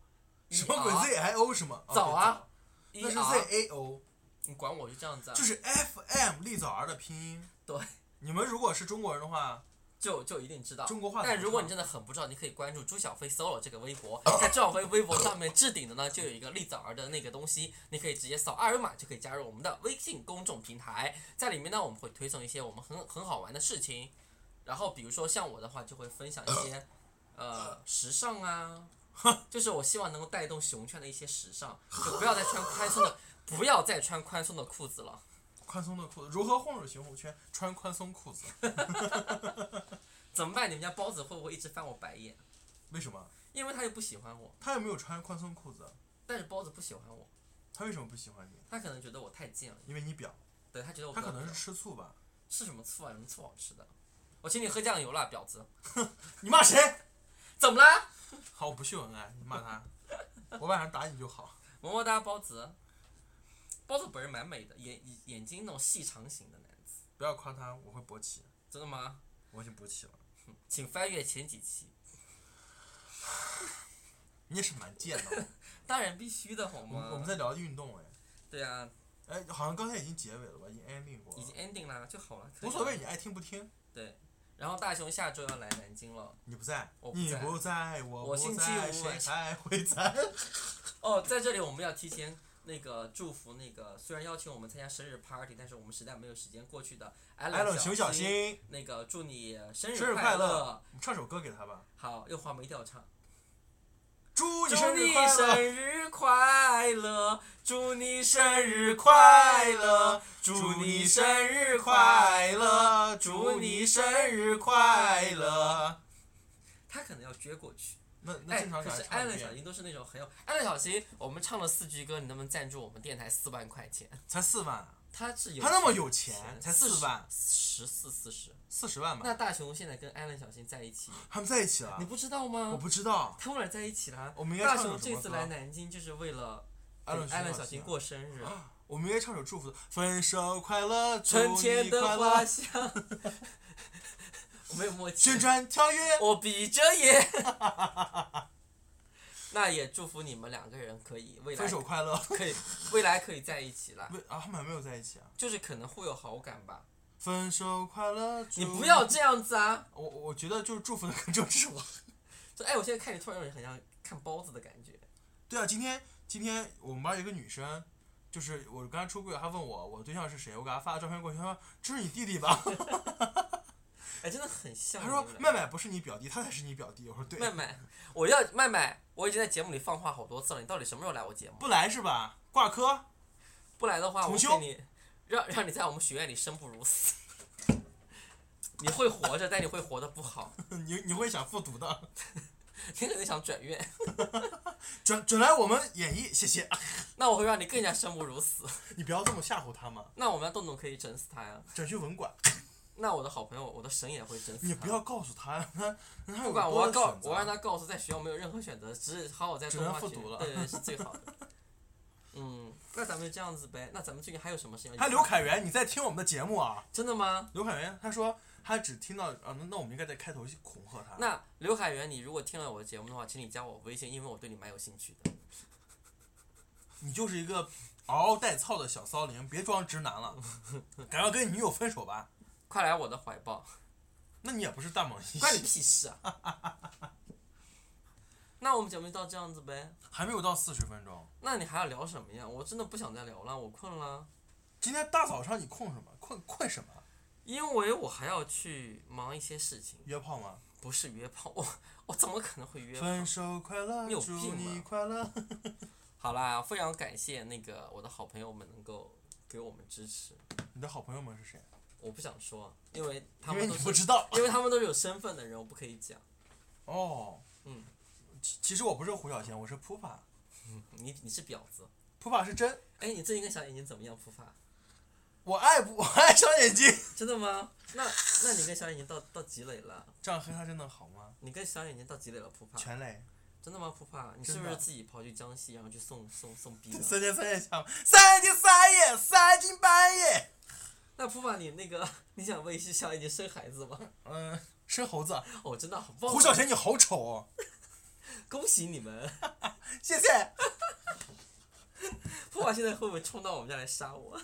S3: E
S4: 什么鬼 Z I O 什么？哦
S3: 啊早啊，
S4: 对
S3: E
S4: 那
S3: R，
S4: 是 Z A O，
S3: 你管我就这样子啊，
S4: 就是 F M 立早儿的拼音。
S3: 对，
S4: 你们如果是中国人的话，
S3: 就就一定知道
S4: 中国话
S3: 但
S4: 怎么
S3: 如果
S4: 唱
S3: 你真的很不知道，你可以关注朱小飞 solo 这个微博，在朱小飞微博上面置顶的呢，就有一个栗枣儿的那个东西，你可以直接扫二维码就可以加入我们的微信公众平台，在里面呢我们会推送一些我们很很好玩的事情，然后比如说像我的话就会分享一些，呃，时尚啊， 就是我希望能够带动熊圈的一些时尚，就不要再穿宽松的， 不要再穿宽松的裤子了。
S4: 宽松的裤子如何混入熊虎圈？穿宽松裤子，
S3: 怎么办？你们家包子会不会一直翻我白眼？
S4: 为什么？
S3: 因为他又不喜欢我，
S4: 他有没有穿宽松裤子？
S3: 但是包子不喜欢我。
S4: 他为什么不喜欢你？
S3: 他可能觉得我太贱了，
S4: 因为你婊，
S3: 对他觉得我
S4: 他可能
S3: 婊
S4: 是
S3: 子
S4: 吃醋吧？
S3: 吃什么醋啊，什么醋好吃的？我请你喝酱油啦，婊子！
S4: 你骂谁？
S3: 怎么啦？
S4: 好，我不秀恩爱，你 骂他，我晚上打你就好。
S3: 么么哒，包子。包子本人蛮美的，眼眼睛那种细长型的男子，
S4: 不要夸他，我会勃起，
S3: 真的吗？
S4: 我已经勃起了。
S3: 请翻阅前几期，
S4: 你也是蛮贱 的。
S3: 当然必须的好
S4: 我们我
S3: 吗
S4: 们？在聊运动哎，
S3: 对啊，
S4: 哎，好像刚才已经结尾了吧？已经 ending 过
S3: 已经
S4: 了，
S3: ending 啦，就好了，可以
S4: 无所
S3: 了
S4: 谓，。你爱听不听。
S3: 对，然后大雄下周要来南京了。
S4: 你不在，
S3: 我不
S4: 你
S3: 在
S4: 不在，我
S3: 我
S4: 不
S3: 星期
S4: 在，
S3: 五
S4: 谁
S3: 晚上
S4: 还会在？
S3: 哦，在这里我们要提前那个祝福那个虽然邀请我们参加生日 party，但是我们实在没有时间过去的
S4: 艾
S3: Allen
S4: 伦，请小。心，
S3: 那个祝你生
S4: 生日
S3: 快
S4: 快乐你唱首歌给他吧。
S3: 好，又黄梅调唱。
S4: 祝你
S3: 祝
S4: 生日
S3: 你
S4: 快
S3: 生
S4: 乐！
S3: 日快乐，祝你生日快乐，祝你生日快乐。
S4: 乐！祝你生日快乐！
S3: 他可能要撅过去。
S4: 那那
S3: 哎，
S4: 正常给
S3: 可
S4: 他
S3: 是艾
S4: 唱一
S3: 伦小
S4: 遍，
S3: 新都是那种很有艾伦小新，我们唱了四句歌，你能不能赞助我们电台四万块钱？
S4: 才四万啊，
S3: 他是有
S4: 他那么有钱，
S3: 钱
S4: 才四万，
S3: 十四四十。
S4: 四十万吧？
S3: 那大雄现在跟艾伦小新在一起，
S4: 他们在一起了
S3: 你？啊不知道吗？
S4: 我不知道。
S3: 他们俩在一起了。
S4: 我们应该
S3: 大
S4: 唱首
S3: 雄
S4: 什么
S3: 这
S4: 歌
S3: 次来南京就是为了
S4: 艾伦
S3: 给艾伦
S4: 小
S3: 小
S4: 新
S3: 新
S4: 啊
S3: 过生日。
S4: 我们应该唱首祝福的，分手快乐，祝
S3: 春天
S4: 你
S3: 的
S4: 快
S3: 花
S4: 乐。
S3: 香，我没有默契
S4: 旋。转跳跃，
S3: 我闭着眼。 那也祝福你们两个人可以未来
S4: 分手快乐。
S3: 可以未来可以在一起啦
S4: 不，啊，他们还 没有在一起啊。
S3: 就是可能会有好感吧。
S4: 分手快乐，祝
S3: 你不要这样子啊！
S4: 我我觉得就是祝福的更重要 是我。
S3: 就哎，我现在看你突然有点很像看包子的感觉。
S4: 对啊，今天今天我们班有一个女生，就是我刚才出柜，她问我我对象是谁，我给她发了照片过去，她说这是你弟 弟吧？
S3: 哎，真的很像
S4: 她
S3: 你
S4: 说
S3: 们俩。
S4: 麦麦不是你表弟，他才是你表弟。我说对，
S3: 麦麦，我要麦麦，我已经在节目里放话好多次了，你到底什么时候来我节目？
S4: 不来是吧？挂科，
S3: 不来的话，我
S4: 重
S3: 给
S4: 修
S3: 你让让你在我们学院里生不如死。 你会活着，但你会活得不好，
S4: 你你会想复读的，
S3: 你可能想转院。
S4: 转转来我们演艺，谢谢。
S3: 那我会让你更加生不如死。
S4: 你不要这么吓唬他嘛，
S3: 那我们要动动可以整死他呀。
S4: 转去文管，
S3: 那我的好朋友，我的神也会整死他。
S4: 你不要告诉他，他他有
S3: 不管，我要
S4: 多的
S3: 告
S4: 选，择啊
S3: 我让他告诉在学校没有任何选择，只是好好在
S4: 只
S3: 动
S4: 能
S3: 画
S4: 复
S3: 学
S4: 读了
S3: 对对是最好的。 嗯，那咱们就这样子呗。那咱们最近还有什么事情？
S4: 还有刘凯源，你在听我们的节目啊？
S3: 真的吗？
S4: 刘凯源他说他只听到啊，那那我们应该在开头去恐吓他。
S3: 那刘海源，你如果听了我的节目的话，请你加我微信，因为我对你蛮有兴趣的。
S4: 你就是一个嗷嗷待操的小骚灵，别装直男 了，赶快跟女友分手吧。
S3: 快来我的怀抱，
S4: 那你也不是大猛
S3: 关你
S4: 一，
S3: 屁事啊！ 那我们节目就到这样子呗。
S4: 还没有到四十分钟。
S3: 那你还要聊什么呀？我真的不想再聊了，我困了。
S4: 今天大早上你困什么？困困什么？
S3: 因为我还要去忙一些事情，
S4: 约炮吗？
S3: 不是约炮，我我怎么可能会约炮？
S4: 分手快乐，
S3: 你有
S4: 祝
S3: 病吧
S4: 你快乐。
S3: 好啦，非常感谢那个我的好朋友们能够给我们支持。
S4: 你的好朋友们是谁？
S3: 我不想说，因为他
S4: 因为
S3: 们
S4: 你
S3: 都
S4: 不
S3: 是
S4: 知道
S3: 因为他们都是有身份的人，我不可以讲。
S4: 哦。
S3: 嗯，
S4: 其其实我不是胡小仙，我是普法，
S3: 你你是婊子。
S4: 普法是真。
S3: 哎，你最近跟小眼睛怎么样复发？
S4: 我爱不，我爱小眼睛。
S3: 真的吗？那那你跟小眼睛到到积累了？
S4: 这样黑他真的好吗？
S3: 你跟小眼睛到积累了普法？
S4: 全垒
S3: 真的吗？普法，你是
S4: 真
S3: 不
S4: 的
S3: 是自己跑去江西，然后去送送送逼 了？
S4: 三天三夜下，三天三夜，三更半夜。
S3: 那普法，你那个 你想为小眼睛生孩子吗？
S4: 嗯，生猴子。
S3: 哦，真的好棒！
S4: 胡小贤，你好丑哦！
S3: 恭喜你们！
S4: 谢谢。
S3: 普法现在会不会冲到我们家来杀 我？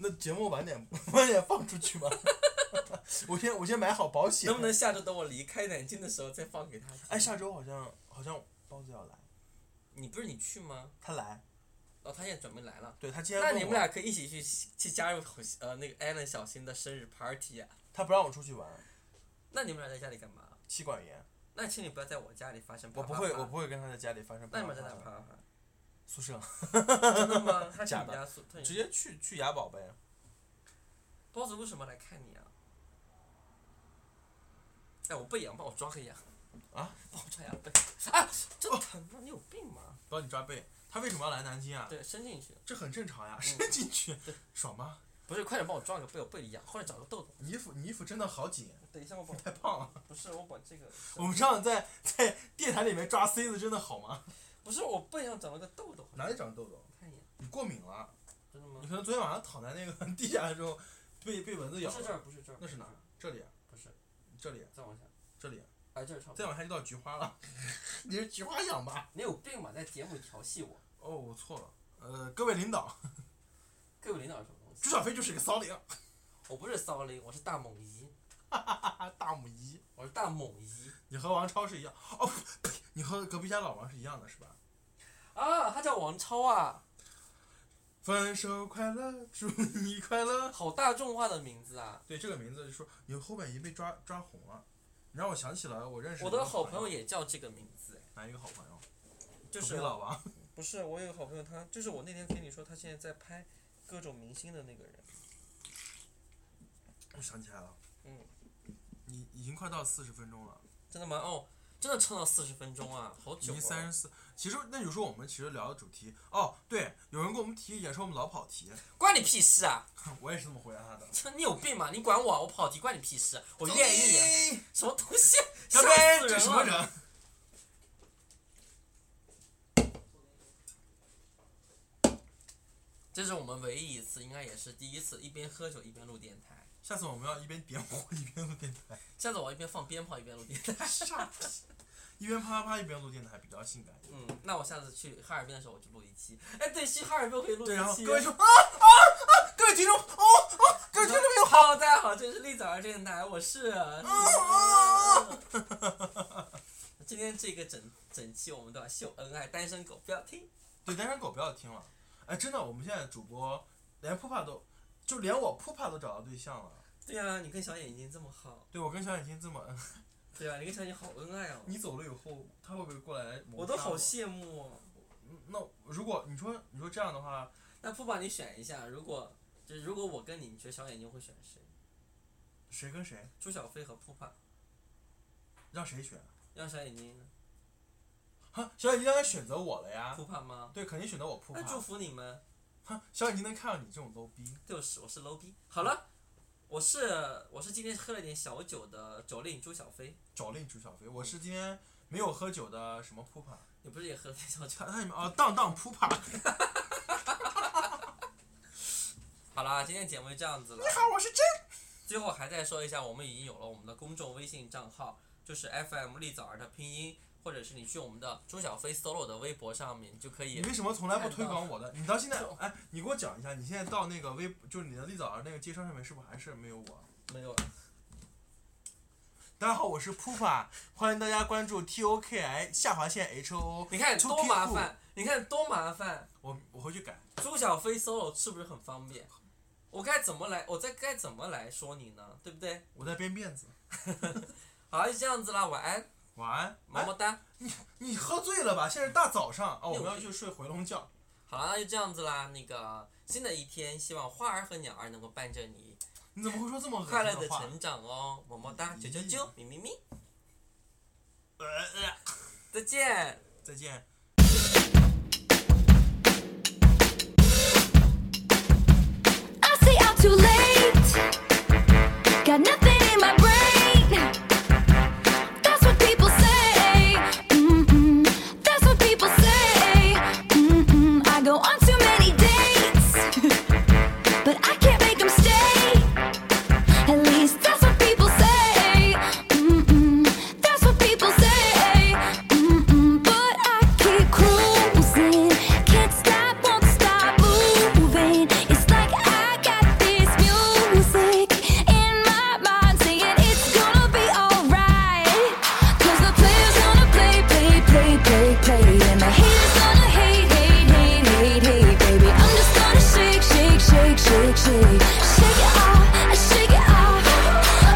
S4: 那节目晚点晚点放出去 吧。我先我先买好保险。
S3: 能不能下周等我离开南京的时候再放给他？
S4: 哎，下周好像好像包子要来，
S3: 你不是你去吗？
S4: 他来，
S3: 哦，他现在准备来了。
S4: 对他今天
S3: 那
S4: 问
S3: 你们
S4: 我，
S3: 俩可以一起去去加入呃那个艾伦小新的生日 party 啊。
S4: 他不让我出去玩，
S3: 那你们俩在家里干嘛？
S4: 妻管严。
S3: 那请你不要在我家里发生啪
S4: 我
S3: 啪
S4: 不
S3: 啪。
S4: 会我不会跟他在家里发生啪
S3: 那
S4: 啪
S3: 你
S4: 啪
S3: 们
S4: 的。
S3: 在哪啪啪啪？
S4: 宿 舍
S3: 真的吗？他去
S4: 假
S3: 你
S4: 的
S3: 家宿 他
S4: 直
S3: 你
S4: 接去去雅宝呗。
S3: 包子为什么来看你啊？哎，我背痒，帮我抓个痒。
S4: 啊？
S3: 帮我抓痒背。啊，真疼啊！你有病吗？
S4: 帮你抓背。他为什么要来南京啊？
S3: 对，伸进去。
S4: 这很正常呀，伸进去爽吗？
S3: 不是，快点帮我抓个背，我背里痒，或者找个痘痘。
S4: 你衣服你衣服真的好紧，
S3: 等一下，我把
S4: 太胖了。
S3: 不是我把这个。
S4: 我们这样在在电台里面抓 C 子真的好吗？
S3: 不是我背上长了个痘痘，
S4: 哪里长痘痘？
S3: 看一眼，
S4: 你过敏了。
S3: 真的
S4: 你
S3: 吗？
S4: 可能昨天晚上躺在那个 地下的时候，被被蚊子
S3: 不
S4: 咬
S3: 是这
S4: 了。
S3: 儿，不是这儿，
S4: 那是哪儿？这里，啊
S3: 不是，
S4: 这里，啊
S3: 再往下，
S4: 这里，
S3: 哎，这儿差不
S4: 再
S3: 多。
S4: 往下就到菊花了。你是菊花痒吧？
S3: 你有病吧？在节目里调戏我，
S4: 哦，我错了。呃，各位领导，
S3: 各位领导是什么东
S4: 朱
S3: 西？
S4: 小飞就是个骚灵，
S3: 我不是骚灵，我是大猛一，
S4: 啊， 大母一。
S3: 我是大猛一
S4: 你和王超 是一样，哦，呸，你和隔壁家老王是一样的，是吧？
S3: 啊！他叫王超啊，
S4: 分手快乐，祝你快乐。
S3: 好大众化的名字啊！
S4: 对这个名字就说你后面已经被抓抓红了，你让我想起了我认识
S3: 我
S4: 的一
S3: 的
S4: 个
S3: 好朋友也叫这个名字，哎
S4: 哪一个好朋友？
S3: 就
S4: 土
S3: 是
S4: 匪老王。
S3: 不是我有个好朋友他，就是我那天跟你说他现在在拍各种明星的那个人，
S4: 我想起来了，
S3: 嗯，
S4: 你已经快到四十分钟了，
S3: 真的吗？哦，真的撑到四十分钟啊，好
S4: 已
S3: 久、
S4: 经
S3: 啊。
S4: 三十四。其实那有时候我们其实聊的主题哦，对，有人给我们提意见说我们老跑题，
S3: 关你屁事啊！
S4: 我也是这么回答他的。
S3: 操你有病吧？你管我？我跑题关你屁事？啊我愿 意。
S4: 意。
S3: 什么东西？吓
S4: 干
S3: 死
S4: 杯！
S3: 人
S4: 这
S3: 了！
S4: 什么人？
S3: 这是我们唯一一次，应该也是第一次，一边喝酒一边录电台。
S4: 下次我们要一边点火一边录电台，
S3: 下次我一边放鞭炮一边录电台。
S4: 一边啪啪啪一边录电台比较性感一点。
S3: 嗯，那我下次去哈尔滨的时候我就录一期。哎，对，去哈尔滨可以录一期。
S4: 对，然后各位说啊啊啊！各位听众哦哦，各位听众们
S3: 好，大家好，这里是栗子儿电台，我是。 今天这个整整期我们都要秀恩爱，单身狗不要听。
S4: 对，单身狗不要听了。哎，真的，我们现在主播连扑帕都，就连我扑帕都找到对象了。
S3: 对啊，你跟小眼睛这么好，
S4: 对我跟小眼睛这么，。
S3: 对啊，你跟小眼睛好恩爱哦
S4: 你走了以后，他会不会过来谋杀我？
S3: 我都好羡慕、哦。
S4: 嗯。那如果你说你说这样的话，
S3: 那不把你选一下，如果就是如果我跟你，你觉得小眼睛会选谁？
S4: 谁跟谁
S3: 朱小飞和扑帕，
S4: 让谁选？
S3: 让小眼睛呢
S4: 哈，小眼睛当然选择我了呀
S3: 扑。帕吗？
S4: 对，肯定选择我扑
S3: 那祝
S4: 帕。
S3: 福你们，
S4: 哈，小眼睛能看到你这种 low 逼，
S3: 就是我是 low 逼。好了，我是我是今天喝了点小酒的酒令朱小飞，
S4: 找另朱小飞。我是今天没有喝酒的什么扑帕，
S3: 你不是也喝了点小酒
S4: 他？他你们啊，当当扑帕。
S3: 好啦，今天节目就这样子了。
S4: 好，我是真。
S3: 最后还再说一下，我们已经有了我们的公众微信账号，就是 FM 栗枣儿的拼音，或者是你去我们的朱小飞 solo 的微博上面，你就可以
S4: 你为什么从来不推广我的？你到现在，哎，你给我讲一下，你现在到那个微，就是你的立早儿那个街商上面，是不是还是没有我？
S3: 没有了。
S4: 大家好，我是扑法，欢迎大家关注 T O K I 下划线 H O O。
S3: 你看
S4: To
S3: 多麻
S4: people
S3: 烦，你看多麻烦。
S4: 我我回去改。
S3: 朱小飞 solo 是不是很方便？我该怎么来？我再该怎么来说你呢？对不对？
S4: 我在编辫子。
S3: 好，就这样子啦，晚安，
S4: 晚安，
S3: 么
S4: 哎
S3: 么哒。
S4: 你喝醉了吧？现在是大早上哦，我
S3: 六
S4: 们要
S3: 点
S4: 去睡回笼觉。
S3: 好啦，那就这样子啦。那个新的一天，希望花儿和鸟儿能够伴着你
S4: 你怎么会说这么恶
S3: 快乐
S4: 心
S3: 的
S4: 话？
S3: 成长哦，么么哒，啾啾啾，咪咪咪，
S4: 呃呃，
S3: 再见。
S4: 再见。
S2: I stay out too late. Got nothing in my brain. That's what people say. Mm-mm. That's what people say. Mm-mm. I go on too many dates, but I can't make them stay. At least that's what people say. Mm-mm. That's what people say. Mm-mm. But I keep cruising. Can't stop, won't stop moving. It's like I got this music in my mind saying it's gonna be alright. Cause the player's gonna play, play, play, play, play. And the haters gonna hate, hate, hate, hate, hate, baby. I'm just gonna shake, shake, shake, shake, shake. Shake it off, shake it off.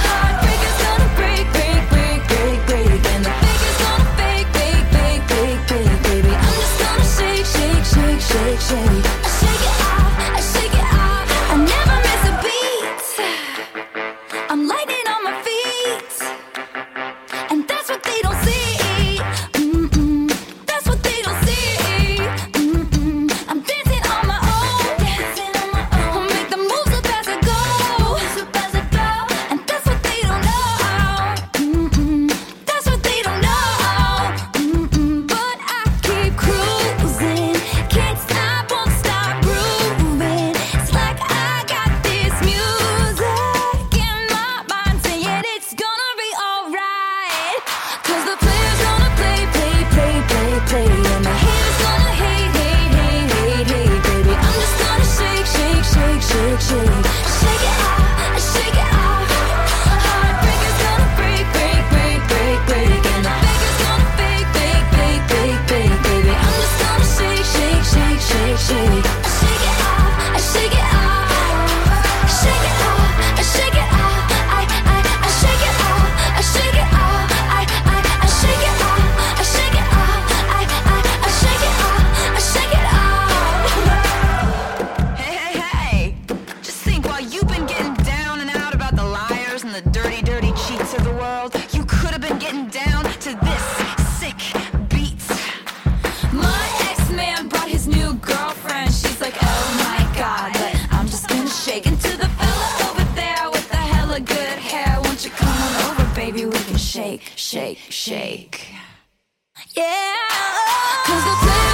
S2: Heartbreaker's gonna break, break, break, break, break. And the faker's gonna fake, fake, fake, fake, fake, baby. I'm just gonna shake, shake, shake, shake, shake. Shake it off, shake it off. I never miss a beat. I'm lightning on my feet. And that's what they don't see. Mm-mm. That's what they don't see. Mm-mm. I'm dancing on my own. Dancing on my own. I'll make the moves up as I go. Moves up as I go. And that's what they don't know. Mm-mm. That's what they don't know. Mm-mm. But I keep cruising. Can't stop, won't stop.
S7: shake. Yeah. Cause the players